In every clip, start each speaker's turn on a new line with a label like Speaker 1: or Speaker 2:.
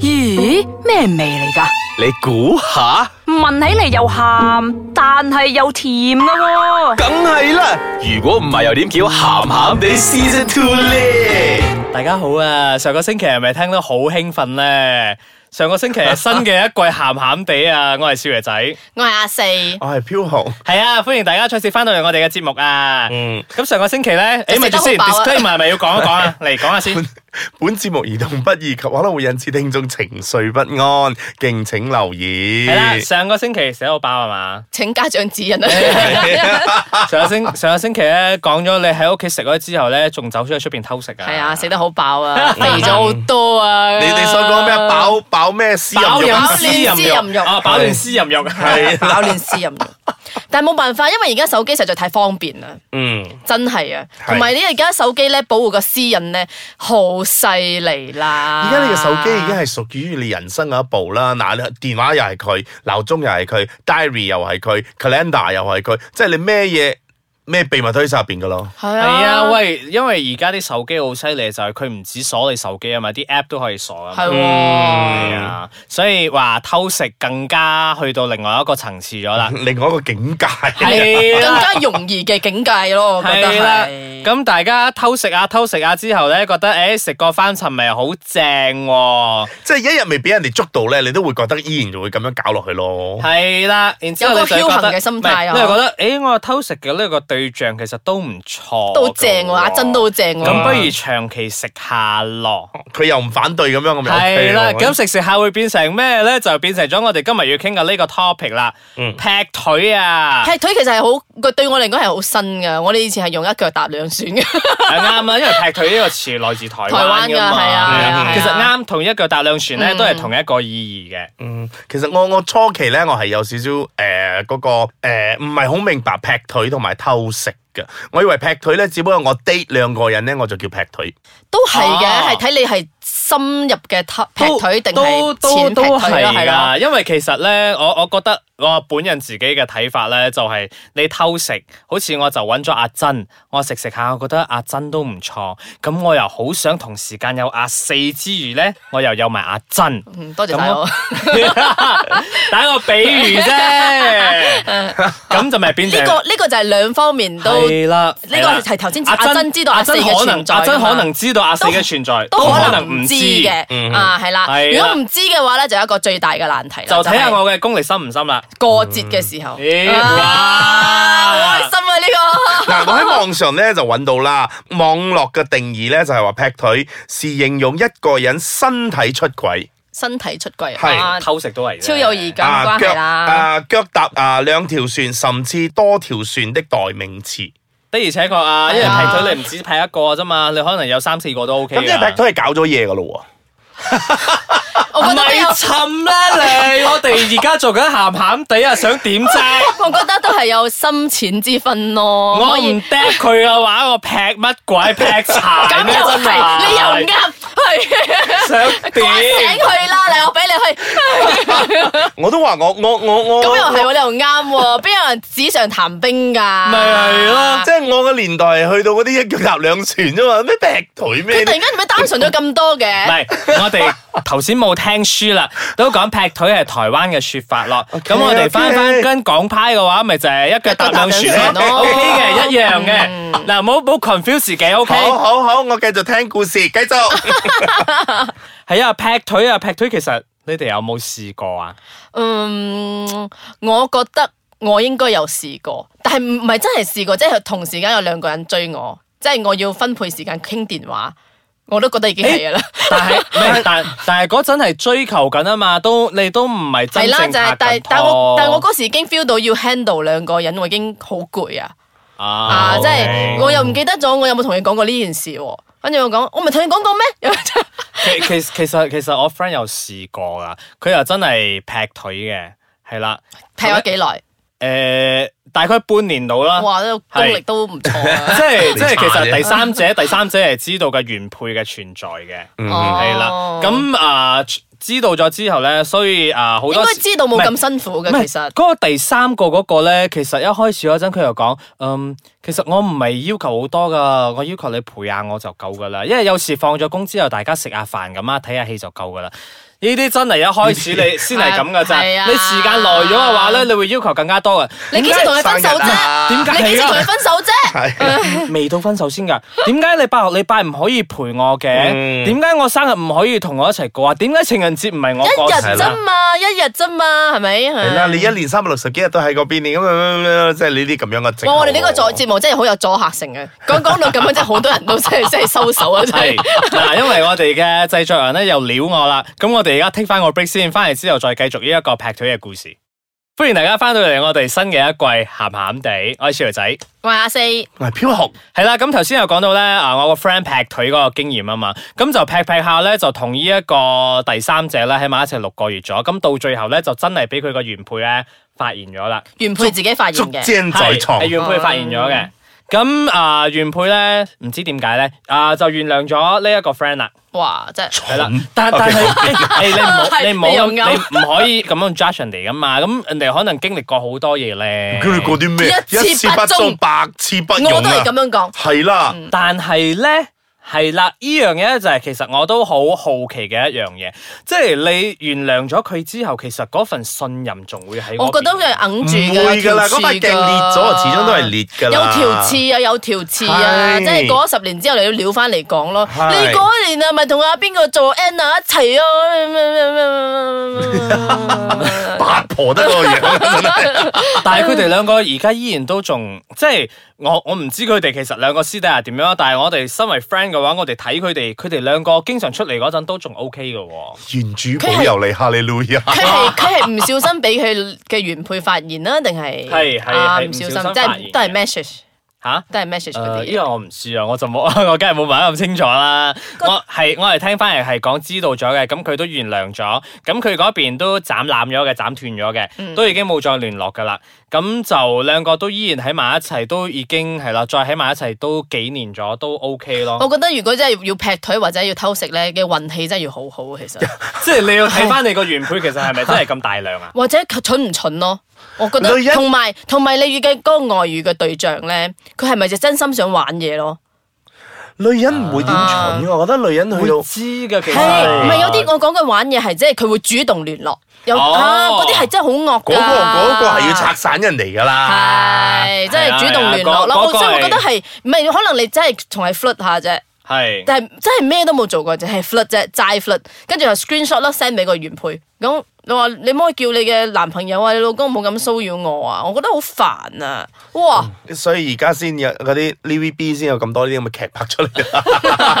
Speaker 1: 咦，咩味嚟噶？
Speaker 2: 你估下，
Speaker 1: 聞起嚟又鹹，但係又甜噶喎、
Speaker 2: 梗係啦。如果唔係，又點叫鹹鹹地 Season Two 咧？
Speaker 3: 大家好啊！上個星期係咪聽得好興奮咧？上個星期係新嘅一季鹹鹹地啊！我係少爺仔，
Speaker 4: 我係阿四，
Speaker 2: 我係飄紅。
Speaker 3: 係啊！歡迎大家再次翻到嚟我哋嘅節目啊！
Speaker 2: 嗯，
Speaker 3: 咁上個星期咧，誒咪住先
Speaker 4: 食得好飽啊
Speaker 3: ，disclaimer 係咪要講一講啊？嚟講下 先，
Speaker 2: 本節目兒童不宜及可能會引致聽眾情緒不安，敬請留意
Speaker 3: 係啦，上個星期寫到爆係 嘛？
Speaker 4: 請家長指引 啊！
Speaker 3: 上個星上個星期咧講咗你喺屋企食咗之後咧，仲走出去出邊偷食啊？
Speaker 4: 係啊，食得好飽啊， 肥咗好多 啊！
Speaker 2: 你哋想講咩？飽飽咩私
Speaker 3: 飽
Speaker 2: 人肉
Speaker 3: 飲
Speaker 2: 啊？
Speaker 3: 私淫肉
Speaker 4: 淫慾
Speaker 3: 啊！飽暖私淫肉
Speaker 2: 係
Speaker 4: 飽暖私淫慾。但係冇辦法，因為而家手機實在太方便啦，
Speaker 2: 嗯，
Speaker 4: 真係啊！
Speaker 2: 係
Speaker 4: 同埋你而家手機咧保護個私隱咧好犀利啦。
Speaker 3: 啊
Speaker 2: 而家你嘅手機已經係屬於你人生嘅一步啦。嗱，你電話又係佢，鬧鐘又係佢，diary 又係佢，calendar 又係佢，即係你咩嘢咩秘密都喺晒入邊噶咯。
Speaker 4: 係
Speaker 3: 係啊，
Speaker 4: 啊，
Speaker 3: 喂，因為而家啲手機好犀利，就係佢唔止鎖你手機啊嘛，啲 app 都可以鎖啊嘛。
Speaker 4: 係喎。
Speaker 3: 係啊，所以話偷食更加去到另外一個層次咗啦。
Speaker 2: 另外一個境界。啊
Speaker 3: 係
Speaker 4: 更
Speaker 3: 啦，
Speaker 4: 加容易嘅境界 咯，我覺得
Speaker 3: 係啦。
Speaker 4: 係。
Speaker 3: 咁大家偷食啊偷食啊之後咧，覺得誒食過翻尋味好正喎。
Speaker 2: 即係一日未俾人哋捉到咧，你都會覺得依然就會咁樣搞落去咯。
Speaker 3: 係啦，然之後
Speaker 4: 有
Speaker 3: 你就
Speaker 4: 個
Speaker 3: 會覺
Speaker 4: 僥
Speaker 3: 得
Speaker 4: 倖嘅心態
Speaker 3: 唔係
Speaker 4: 啊
Speaker 3: 你就覺得誒我偷食嘅呢個對象其實都唔錯，
Speaker 4: 都好正
Speaker 2: 哦
Speaker 4: 喎，阿珍都。好正喎。
Speaker 3: 咁不如長期食下咯。
Speaker 2: 佢又唔反對咁樣，咁咪 OK
Speaker 3: 係
Speaker 2: 咯
Speaker 3: 啦，咁食食下會變成咩咧？就變成咗我哋今日要傾嘅呢個 topic 啦，劈腿啊，
Speaker 4: 劈腿其實係好，個對我嚟講係好新噶。我哋以前係用一腳踏兩船嘅，
Speaker 3: 係啱啊，因為劈腿呢個詞來自台灣
Speaker 4: 台灣㗎
Speaker 3: 噶嘛，
Speaker 4: 係啊係啊係啊嗯
Speaker 3: 其實啱同一腳踏兩船咧，都係同一個意義嘅。
Speaker 2: 嗯，其實我我初期咧，我係有少少誒嗰個誒唔係好明白劈腿同埋偷食嘅。我以為劈腿咧，只不過我 date 兩個人咧，我就叫劈 腿。
Speaker 4: 都係嘅，
Speaker 3: 哦
Speaker 4: 係睇你係深入嘅偷
Speaker 3: 都
Speaker 4: 劈腿定
Speaker 3: 都
Speaker 4: 係淺
Speaker 3: 都
Speaker 4: 劈
Speaker 3: 都
Speaker 4: 腿咯，
Speaker 3: 係啊
Speaker 4: 係啦。
Speaker 3: 㗎，因為其實咧，我我覺得我本人自己嘅睇法咧，就係你偷食，好似我就揾咗阿珍，我食食下，我覺得阿珍都唔錯，咁我又好想同時間有阿四之餘咧，我又有埋阿珍。
Speaker 4: 嗯，多謝
Speaker 3: 咁
Speaker 4: 晒
Speaker 3: 我
Speaker 4: 我。
Speaker 3: 打個比喻啫， 咁就咪變成
Speaker 4: 呢個呢個就係兩方面都
Speaker 3: 係啦。
Speaker 4: 呢個係頭先
Speaker 3: 係啦
Speaker 4: 阿珍知道阿四嘅
Speaker 3: 可能
Speaker 4: 存在
Speaker 3: 阿珍
Speaker 4: 㗎嘛
Speaker 3: 可能知道阿四嘅存在，
Speaker 4: 都可
Speaker 3: 能嗯
Speaker 4: 能唔知嘅啊，係啦。
Speaker 3: 係
Speaker 4: 如
Speaker 3: 啦
Speaker 4: 果唔知嘅話咧，就有一個最大嘅難題啦，
Speaker 3: 就睇下
Speaker 4: 係
Speaker 3: 我嘅功力深唔深啦。
Speaker 4: 過節嘅時候。
Speaker 3: 咦
Speaker 4: 啊好開
Speaker 3: 哇！
Speaker 4: 心啊！呢個
Speaker 2: 嗱，我喺網上咧就揾到啦，網絡嘅定義咧就係話劈腿是形容一個人身體出軌。
Speaker 4: 身體出軌
Speaker 2: 係
Speaker 4: 啊，
Speaker 3: 偷食都係啫
Speaker 4: 超有義感關
Speaker 2: 腳
Speaker 4: 係啦。
Speaker 2: 啊腳踏啊兩條船甚至多條船的代名詞。
Speaker 3: 的而且確啊，因為
Speaker 4: 係啊
Speaker 3: 劈腿你唔止劈一個啫嘛，你可能有三四個都 OK
Speaker 2: 咁即係劈
Speaker 3: 㗎。
Speaker 2: 腿係搞咗嘢噶 咯
Speaker 4: 我覺得都有
Speaker 3: 咪沉啦你！我哋而家做緊鹹鹹地啊，想點啫？
Speaker 4: 我覺得都係有深淺之分咯。
Speaker 3: 我
Speaker 4: 可以
Speaker 3: 唔掟佢嘅話，我劈乜鬼劈柴
Speaker 4: 咁
Speaker 3: 咩？
Speaker 4: 又
Speaker 3: 真
Speaker 4: 係，你又唔
Speaker 3: 係
Speaker 4: 啱，係
Speaker 3: 想
Speaker 4: 刮醒
Speaker 3: 點？
Speaker 4: 佢啦！嚟，我俾你 去，
Speaker 2: 喎，我都話我我我我
Speaker 4: 咁又係
Speaker 2: 我
Speaker 4: 喎，你又唔啱喎，邊有人紙上談兵㗎？
Speaker 3: 咪係咯
Speaker 2: 即係我嘅年代係去到嗰啲一腳踏兩船啫嘛，咩劈腿
Speaker 4: 佢
Speaker 2: 咩
Speaker 4: 突？然間做咩單純咗咁多
Speaker 3: 唔
Speaker 4: 嘅？
Speaker 3: 係，我哋頭先冇聽書啦，都講劈腿係台灣嘅説法咯。
Speaker 2: OK，
Speaker 3: 咁我哋
Speaker 2: OK
Speaker 3: 翻翻跟港派嘅話，咪就係一腳踏兩
Speaker 4: 一腳
Speaker 3: 船
Speaker 4: 踏兩船
Speaker 3: 咯。
Speaker 4: 咯
Speaker 3: OK 嘅，一樣
Speaker 4: 嗯
Speaker 3: 嘅。嗱，唔好唔好 confuse 自己，OK？
Speaker 2: 好好好，我繼續聽故事，繼 續。
Speaker 3: 係啊，劈腿啊，劈腿其實你哋有冇試過啊？
Speaker 4: 嗯，我覺得我應該有試過，但係唔唔係真係試過，即係同時間有兩個人追我，即係我要分配時間傾電話，我都覺得已經係㗎啦。
Speaker 3: 但係唔係但但係嗰陣係追求緊啊嘛，都你都唔係真
Speaker 4: 係啦，
Speaker 3: 正
Speaker 4: 就係
Speaker 3: 拍
Speaker 4: 但
Speaker 3: 緊
Speaker 4: 係但係我
Speaker 3: 拖
Speaker 4: 但係我嗰時已經 feel 到要 handle 兩個人，我已經好攰啊！
Speaker 3: 啊
Speaker 4: 啊，即係
Speaker 3: OK
Speaker 4: 我又唔記得咗，我有冇同你講過呢件事喎？跟住我講，我咪同你講過咩？
Speaker 3: 其其其實其實我 friend 有試過啦，佢又真係劈腿嘅，係啦，
Speaker 4: 劈咗幾耐？
Speaker 3: 誒大概半年到啦。
Speaker 4: 哇，呢個功力都唔錯
Speaker 3: 即
Speaker 4: 啊！
Speaker 3: 係即
Speaker 2: 查
Speaker 3: 係，其實
Speaker 2: 啫
Speaker 3: 第三者 第三者係知道嘅原配嘅存在嘅，
Speaker 2: 嗯
Speaker 4: 哦
Speaker 3: 係啦。咁啊，知道咗之後咧，所以啊，好
Speaker 4: 應
Speaker 3: 多
Speaker 4: 該
Speaker 3: 時
Speaker 4: 知道冇
Speaker 3: 唔
Speaker 4: 咁
Speaker 3: 係
Speaker 4: 辛苦
Speaker 3: 唔係
Speaker 4: 嘅，其實
Speaker 3: 嗰個第三個嗰個咧，其實一開始嗰陣佢又講，嗯，其實我唔係要求好多噶，我要求你陪下我就夠噶啦，因為有時放咗工之後大家食下飯咁啊，睇下戲就夠噶啦。呢啲真係一開始你先係咁噶咋，
Speaker 4: 係啊啊
Speaker 3: 你時間耐咗嘅話咧，你會要求更加多嘅。
Speaker 4: 你幾時同佢分手
Speaker 2: 生日
Speaker 4: 啫？
Speaker 2: 啊
Speaker 3: 點解
Speaker 4: 你幾時同
Speaker 3: 係
Speaker 4: 佢
Speaker 3: 啊
Speaker 4: 分手啫？
Speaker 2: 係
Speaker 3: 未到分手先㗎，點解你八學禮拜唔可以陪我嘅？
Speaker 2: 嗯
Speaker 3: 點解我生日唔可以同我一齊過啊？點解情人節唔係我過？
Speaker 4: 一
Speaker 2: 係
Speaker 4: 日
Speaker 2: 啦
Speaker 4: 啫嘛，一日啫嘛，係啊咪？
Speaker 2: 係啦，你一年三百六十幾日都喺嗰邊，你咁樣即係呢啲咁樣嘅藉口。
Speaker 4: 哇！我哋呢個做節目真係好有阻嚇性嘅，講講到咁樣，真係好多人都真係真係收手啊！真
Speaker 3: 係
Speaker 4: 係。
Speaker 3: 嗱，因為我哋嘅製作人咧又撩我啦，咁我哋而家 take 翻個 break 先，翻嚟之後再繼續呢一個劈腿嘅故事。歡迎大家翻到嚟我哋新嘅一季鹹鹹地，我係小條仔。
Speaker 4: 喂，阿四，你
Speaker 2: 係飄紅，
Speaker 3: 係啦，咁頭先又講到咧，啊，我個 friend 劈腿嗰個經驗啊嘛，咁就劈劈下咧，就同呢一個第三者咧喺埋一齊六個月咗，咁到最後咧就真係俾佢個原配咧發現咗啦。
Speaker 4: 原配自己發現
Speaker 2: 捉
Speaker 4: 嘅，
Speaker 2: 奸在
Speaker 3: 係
Speaker 2: 床
Speaker 3: 係。原配發現咗嘅。咁啊、原配咧唔知點解咧，啊、就原諒咗呢一個 friend 啦，
Speaker 4: 哇！真係
Speaker 3: 係啦。
Speaker 2: 嗯
Speaker 3: 但但 係，誒 你唔好你唔好
Speaker 4: 你又
Speaker 3: 咁你唔可以咁樣 judge 人哋噶嘛。咁人哋可能經歷過好多嘢咧。
Speaker 2: 佢哋嗰啲咩？
Speaker 4: 一次不忠
Speaker 2: 忠，百次不用
Speaker 4: 我都係
Speaker 2: 啊！
Speaker 4: 咁樣講。嗯
Speaker 2: 係啦，
Speaker 3: 但係咧，係啦，呢樣嘢咧就係其實我都好好奇嘅一樣嘢，即係你原諒咗佢之後，其實嗰份信任仲會喺
Speaker 4: 我覺得
Speaker 3: 邊嘅
Speaker 4: 佢係
Speaker 2: 唔
Speaker 4: 硬住㗎
Speaker 2: 會㗎啦，
Speaker 4: 條
Speaker 2: 嗰
Speaker 4: 刺
Speaker 2: 塊鏡裂
Speaker 4: 㗎
Speaker 2: 咗，始終都係裂㗎
Speaker 4: 有
Speaker 2: 啦。
Speaker 4: 條刺啊，有條刺啊，
Speaker 2: 係
Speaker 4: 即係過咗十年之後，你要撩翻嚟講咯。
Speaker 2: 係
Speaker 4: 你嗰一年啊，咪同阿邊個做 Anna 一 齊啊？
Speaker 2: 八婆得個樣，
Speaker 3: 但
Speaker 4: 嗯
Speaker 3: 係佢哋兩個而家依然都仲，即係我我唔知佢哋其實兩個私底下點樣，但係我哋身為 friend 嘅話，我哋睇佢哋，佢哋兩個經常出嚟嗰陣都仲 OK 嘅喎。
Speaker 2: 原主保佑你，哈利路亞！
Speaker 4: 佢係佢係唔小心俾佢嘅原配發現啦，定係
Speaker 3: 係係
Speaker 4: 啊
Speaker 3: 係
Speaker 4: 唔小
Speaker 3: 唔小心
Speaker 4: 心，即
Speaker 3: 發現嘅
Speaker 4: 係都係 message，
Speaker 3: 吓？
Speaker 4: 都係
Speaker 3: 誒
Speaker 4: message 嗰啲
Speaker 3: 呢
Speaker 4: 嘢。
Speaker 3: 個我唔知啊，我就冇， 我梗係冇問得咁清楚啦。
Speaker 4: 個
Speaker 3: 我係我係聽翻嚟係講知道咗嘅，咁佢都原諒咗，咁佢嗰邊都斬攬咗嘅，斬斷咗嘅，
Speaker 4: 嗯
Speaker 3: 都已經冇再聯絡噶啦。咁就兩個都依然喺埋一齊，都已經係啦，再喺埋一齊都幾年咗，都 OK 咯。
Speaker 4: 我覺得如果真係要劈腿或者要偷食咧，嘅運氣真係要好好啊其實，
Speaker 3: 即係你要睇翻你個原配，其實係咪真係咁 大量啊？
Speaker 4: 或者佢蠢唔蠢咯？我覺得
Speaker 2: 女人
Speaker 4: 同埋同埋你遇嘅嗰個外遇嘅對象咧，佢係咪就真心想玩嘢咯？
Speaker 2: 女人唔會點蠢㗎，我覺得女人去
Speaker 3: 會
Speaker 2: 到
Speaker 3: 知嘅，其實
Speaker 4: 係，唔係有啲我講嘅玩嘢係即係佢會主動聯絡，有
Speaker 3: 哦
Speaker 4: 啊嗰啲係真係好惡
Speaker 2: 嗰
Speaker 4: 㗎。
Speaker 2: 個嗰個係要拆散人哋㗎啦。
Speaker 4: 係，真係主動聯絡
Speaker 3: 係啊嗰
Speaker 4: 咯。
Speaker 3: 嗰
Speaker 4: 所以我覺得
Speaker 3: 個
Speaker 4: 係唔係可能你真係同係 flirt 下啫，
Speaker 3: 係
Speaker 4: 但係真係咩都冇做過，就係 flirt 啫，齋 flirt，跟住就 screenshot 啦 send 俾個原配。咁你話你可唔可以叫你嘅男朋友啊，你老公冇咁騷擾我啊？我覺得好煩啊！哇，
Speaker 2: 所以而家先有嗰啲 TVB 先有咁多呢啲咁嘅劇拍出嚟啦。
Speaker 4: 鑊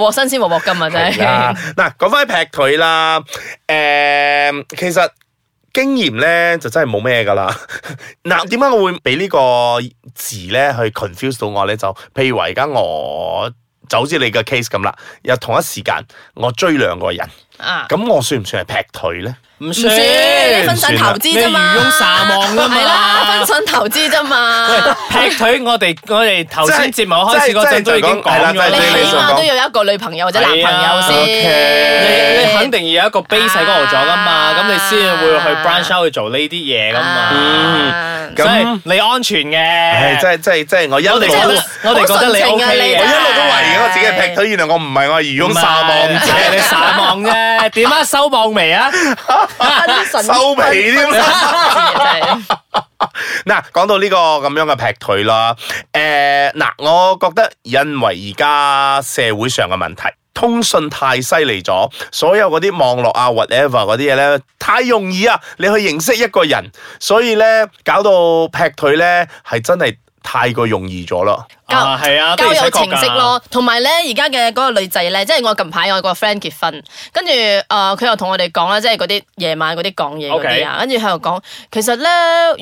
Speaker 4: 鑊新鮮鑊鑊金啊，真
Speaker 2: 係
Speaker 4: 係
Speaker 2: 啦。嗱，講翻劈腿啦，诶、其實經驗咧就真係冇咩噶啦。 嗱，點解我會俾呢個字咧去 confuse 到我咧？就譬如話而家我就好似你嘅 case 咁啦，有同一時間我追兩個人，
Speaker 4: 啊，
Speaker 2: 咁我算唔算係劈腿咧？
Speaker 3: 唔
Speaker 4: 唔算你分散投資啫嘛，
Speaker 3: 你漁翁撒網㗎嘛
Speaker 4: 係啦，分散投資 啫嘛。
Speaker 3: 劈腿，我哋我哋頭先
Speaker 2: 即係
Speaker 3: 節目開始嗰陣都已經
Speaker 2: 即係
Speaker 3: 講
Speaker 2: 即係
Speaker 3: 咗
Speaker 4: 你
Speaker 2: 即係
Speaker 4: 起
Speaker 2: 所
Speaker 4: 碼
Speaker 2: 講
Speaker 4: 都要有一個女朋友或者男朋友
Speaker 3: 係啊你
Speaker 4: 先，
Speaker 3: 你肯定要有一個 base 喺嗰度咗噶嘛，
Speaker 4: 啊
Speaker 3: 咁你先會去 branch out 去做呢啲嘢噶嘛，
Speaker 4: 啊
Speaker 2: 咁
Speaker 3: 所以你安全
Speaker 2: 唉，
Speaker 3: 嘅，
Speaker 2: 真係真係真係，我一
Speaker 3: 我
Speaker 2: 路都
Speaker 3: 哋覺
Speaker 2: 我一
Speaker 3: 得
Speaker 2: 路
Speaker 3: 我哋覺得你
Speaker 4: 好純情啊
Speaker 3: OK 嘅，
Speaker 4: 你真係
Speaker 2: 都懷疑我自己係劈腿，原來我唔係，我係漁翁撒網
Speaker 3: 唔啊係你
Speaker 2: 啫，
Speaker 3: 撒網 啫，點啊收網未啊？
Speaker 4: 分
Speaker 2: 收皮添啦。
Speaker 4: 真係
Speaker 2: 嗱，講到呢個咁樣嘅劈腿啦，诶、嗱，我覺得因為而家社會上嘅問題，通訊太犀利咗，所有嗰啲網絡啊、whatever 嗰啲嘢咧，太容易啊，你去認識一個人，所以咧搞到劈腿咧，係真係太過容易咗啦。
Speaker 4: 交
Speaker 3: 啊係啊，
Speaker 4: 交
Speaker 3: 都
Speaker 4: 友
Speaker 3: 而且確㗎
Speaker 4: 程式咯，同埋咧而家嘅嗰個女仔咧，即係我近排我個 friend 結婚，跟住誒佢又同我哋講啦，即係嗰啲夜晚嗰啲講嘢嗰啲啊，跟住喺度講，其實咧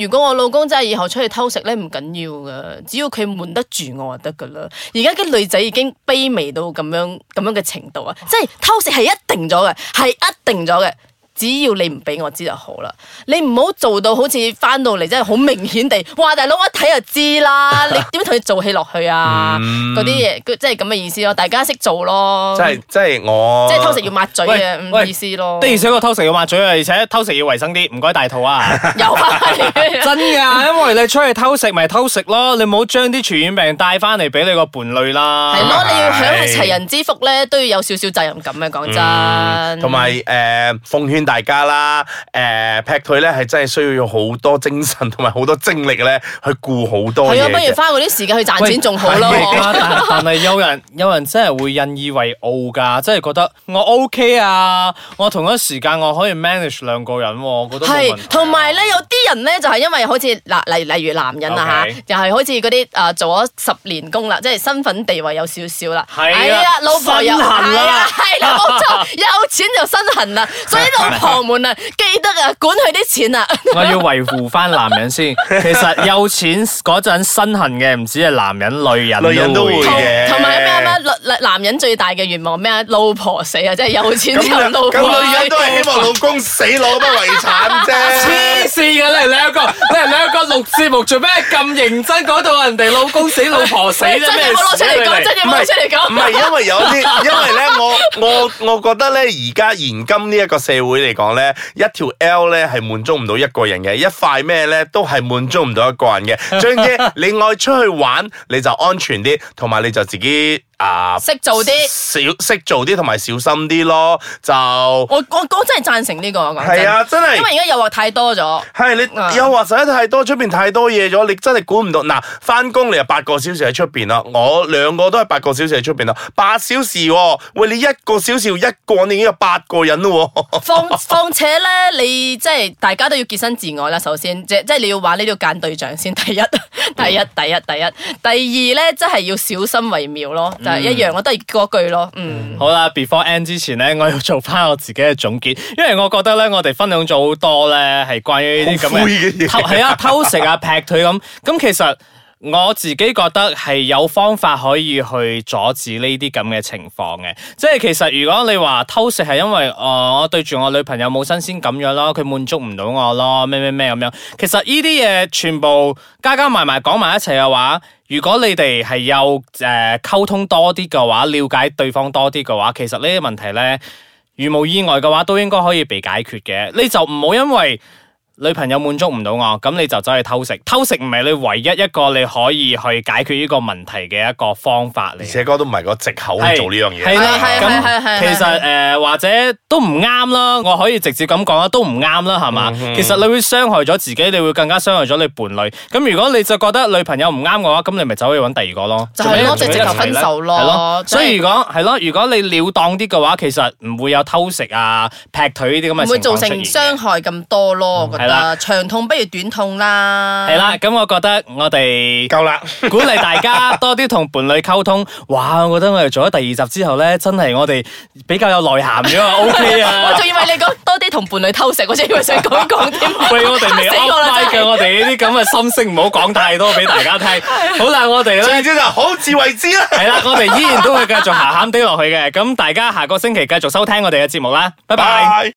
Speaker 4: 如果我老公真係以後出去偷食咧唔緊要嘅，只要佢瞞得住我就得噶啦。而家啲女仔已經卑微到咁樣咁樣嘅程度啊，即係偷食係一定咗嘅，係一定咗嘅。只要你唔俾我知就好啦。你唔好做到好似翻到嚟真係好明顯地，哇！大佬我一睇就知啦，你點樣同佢做戲落去啊？嗰啲嘢佢即係咁嘅意思咯，大家識做咯，
Speaker 2: 即係哦即係我
Speaker 4: 即係偷食要抹嘴
Speaker 3: 喂
Speaker 4: 嘅
Speaker 3: 喂
Speaker 4: 嗯意思咯。
Speaker 3: 的而且確偷食要抹嘴啊，而且偷食要衞生啲，唔該大肚啊！
Speaker 4: 有啊，
Speaker 3: 真噶，因為你出去偷食咪偷食咯，你唔好將啲傳染病帶翻嚟俾你個伴侶
Speaker 2: 啊
Speaker 3: 啦。
Speaker 4: 係咯，你要享
Speaker 2: 係
Speaker 4: 受齊人之福咧，都要有少少責任感啊嘅，講真。
Speaker 2: 嗯同埋誒奉勸大家啦，誒、劈腿咧係真係需要有好多精神同埋好多精力咧去顧好多
Speaker 4: 係
Speaker 2: 嘢
Speaker 4: 啊，不如
Speaker 2: 嘅。
Speaker 4: 花嗰啲時間去賺
Speaker 3: 喂
Speaker 4: 錢仲好咯。
Speaker 3: 係
Speaker 4: 我
Speaker 3: 啊但但係有人 有人真係會引以為傲㗎，即係覺得我 OK 啊，我同一時間我可以 manage 兩個人喎，我覺得冇問題
Speaker 4: 係
Speaker 3: 啊，
Speaker 4: 同埋咧，有啲人咧就係因為好似嗱，例例如男人啊
Speaker 3: OK
Speaker 4: 嚇，又係好似嗰啲誒做咗十年工啦，即係身份地位有少少啦，
Speaker 3: 係啊
Speaker 4: 哎呀老婆又
Speaker 3: 身痕啦
Speaker 4: 係啊，係啦，冇錯，有錢就身 痕啦，所以老婆們啊，記得啊，管佢啲錢啊，
Speaker 3: 我要維護翻男人先。 其實有錢嗰陣身痕嘅唔止係男人，女人
Speaker 2: 女人都會
Speaker 4: 同
Speaker 2: 嘅
Speaker 4: 同埋咩啊咩女男人最大嘅願望咩啊，老婆死啊，即係有錢之後
Speaker 2: 咁
Speaker 4: 老婆啊
Speaker 2: 咁女
Speaker 4: 死
Speaker 2: 人都係希望老公死攞筆遺產
Speaker 5: 黐
Speaker 2: 啫。
Speaker 5: 線嘅你哋兩 個，你哋兩個錄節目做咩咁認真講到人哋老公死老婆死
Speaker 4: 真
Speaker 5: 啫
Speaker 4: 嘢
Speaker 5: 咩
Speaker 4: 冇攞出
Speaker 5: 事啊
Speaker 4: 嚟
Speaker 5: 你
Speaker 4: 講，
Speaker 5: 哋
Speaker 4: 真嘢冇攞出嚟
Speaker 2: 唔
Speaker 4: 講。
Speaker 2: 係因為 有啲，因為咧我我我覺得咧而家現今呢一個社會嚟講咧，一條 L 咧係滿足唔到一個人嘅，一塊咩咧都係滿足唔到一個人 嘅。最緊要你愛出去玩你就安全啲，同埋你就自己啊
Speaker 4: 識做啲
Speaker 2: 少識做啲同埋小心啲咯，就
Speaker 4: 我我我真係贊成呢個，我講真
Speaker 2: 係，啊，真係
Speaker 4: 因為而家誘惑太多咗。
Speaker 2: 係你
Speaker 4: 啊
Speaker 2: 誘惑實在太多，出邊太多嘢咗，你真係估唔到。嗱，翻工你又八個小時喺出邊啦，我兩個都係八個小時喺出邊啦，八小時喎、喂，你一個小時要一個，你已經有八個人咯
Speaker 3: 啊
Speaker 2: 喎、
Speaker 4: 況況且咧，你即係大家都要潔身自愛啦。首先，即即係你要玩，你都要揀對象先。 第一，
Speaker 3: 嗯
Speaker 4: 第一，第一，第一，第二咧，真係要小心為妙咯。
Speaker 3: 嗯
Speaker 4: 就係一樣，我都係嗰句咯。嗯，
Speaker 3: 好啦，before end 之前咧，我要做翻我自己嘅總結，因為我覺得咧，我哋分享咗好多咧，係關於呢啲
Speaker 2: 好灰嘅
Speaker 3: 咁
Speaker 2: 嘢
Speaker 3: 偷係啊偷食啊劈腿咁，咁其實。我自己覺得係有方法可以去阻止呢啲咁嘅情況嘅，即係其實如果你話偷食係因為誒、呃我對住我女朋友冇新鮮感樣咯，佢滿足唔到我咯，咩咩咩咁樣，其實呢啲嘢全部加加埋埋講埋一齊嘅話。如果你哋係有誒、呃、溝通多啲嘅話，了解對方多啲嘅話，其實呢啲問題咧，如無意外嘅話，都應該可以被解決嘅。你就唔好因為女朋友滿足唔到我，咁你就走去偷食。偷食唔係你唯一一個你可以去解決呢個問題嘅一個方法嚟
Speaker 2: 而
Speaker 3: 嘅。
Speaker 2: 且哥都唔係個藉口去做呢樣嘢。
Speaker 3: 係啦，
Speaker 4: 係係係
Speaker 3: 咁
Speaker 4: 係
Speaker 3: 其實
Speaker 4: 係
Speaker 3: 誒或者都唔啱啦，我可以直接咁講啦，都唔啱啦，係嘛？其實你會傷害咗自己，你會更加傷害咗你伴侶。咁如果你就覺得女朋友唔啱嘅話，咁你咪走去揾第二個咯，
Speaker 4: 就係
Speaker 3: 做咩
Speaker 4: 咯直接
Speaker 3: 做咩一齊
Speaker 4: 就分
Speaker 3: 呢
Speaker 4: 手咯
Speaker 3: 係咯，
Speaker 4: 即係
Speaker 3: 所以如果係咯，如果你了當啲嘅話，其實唔會有偷食啊、劈腿呢啲咁嘅
Speaker 4: 唔會
Speaker 3: 情
Speaker 4: 造
Speaker 3: 況
Speaker 4: 成
Speaker 3: 出現
Speaker 4: 傷啊
Speaker 3: 嘅。
Speaker 4: 害咁多咯。我覺
Speaker 3: 嗯係啦
Speaker 4: 得長痛不如短痛啦。
Speaker 3: 係啦，咁我覺得我哋
Speaker 2: 夠啦，
Speaker 3: 鼓勵大家多啲同伴侶溝通。哇，我覺得我哋做咗第二集之後咧，真係我哋比較有內涵 咗啊，OK 啊
Speaker 4: 我。仲以為你講多啲同伴侶偷食，我仲以為想講講添。
Speaker 3: 喂，我哋未
Speaker 4: 嚇死我
Speaker 3: out
Speaker 4: 啦！真係
Speaker 3: 嘅，我哋呢啲咁嘅心聲唔好講太多俾大家 聽。好啦，我哋
Speaker 2: 最
Speaker 3: 咧
Speaker 2: 之就好自為之啦。
Speaker 3: 係啦，我哋依然都會繼續鹹鹹地落去嘅。咁大家下個星期繼續收聽我哋嘅節目啦，拜拜。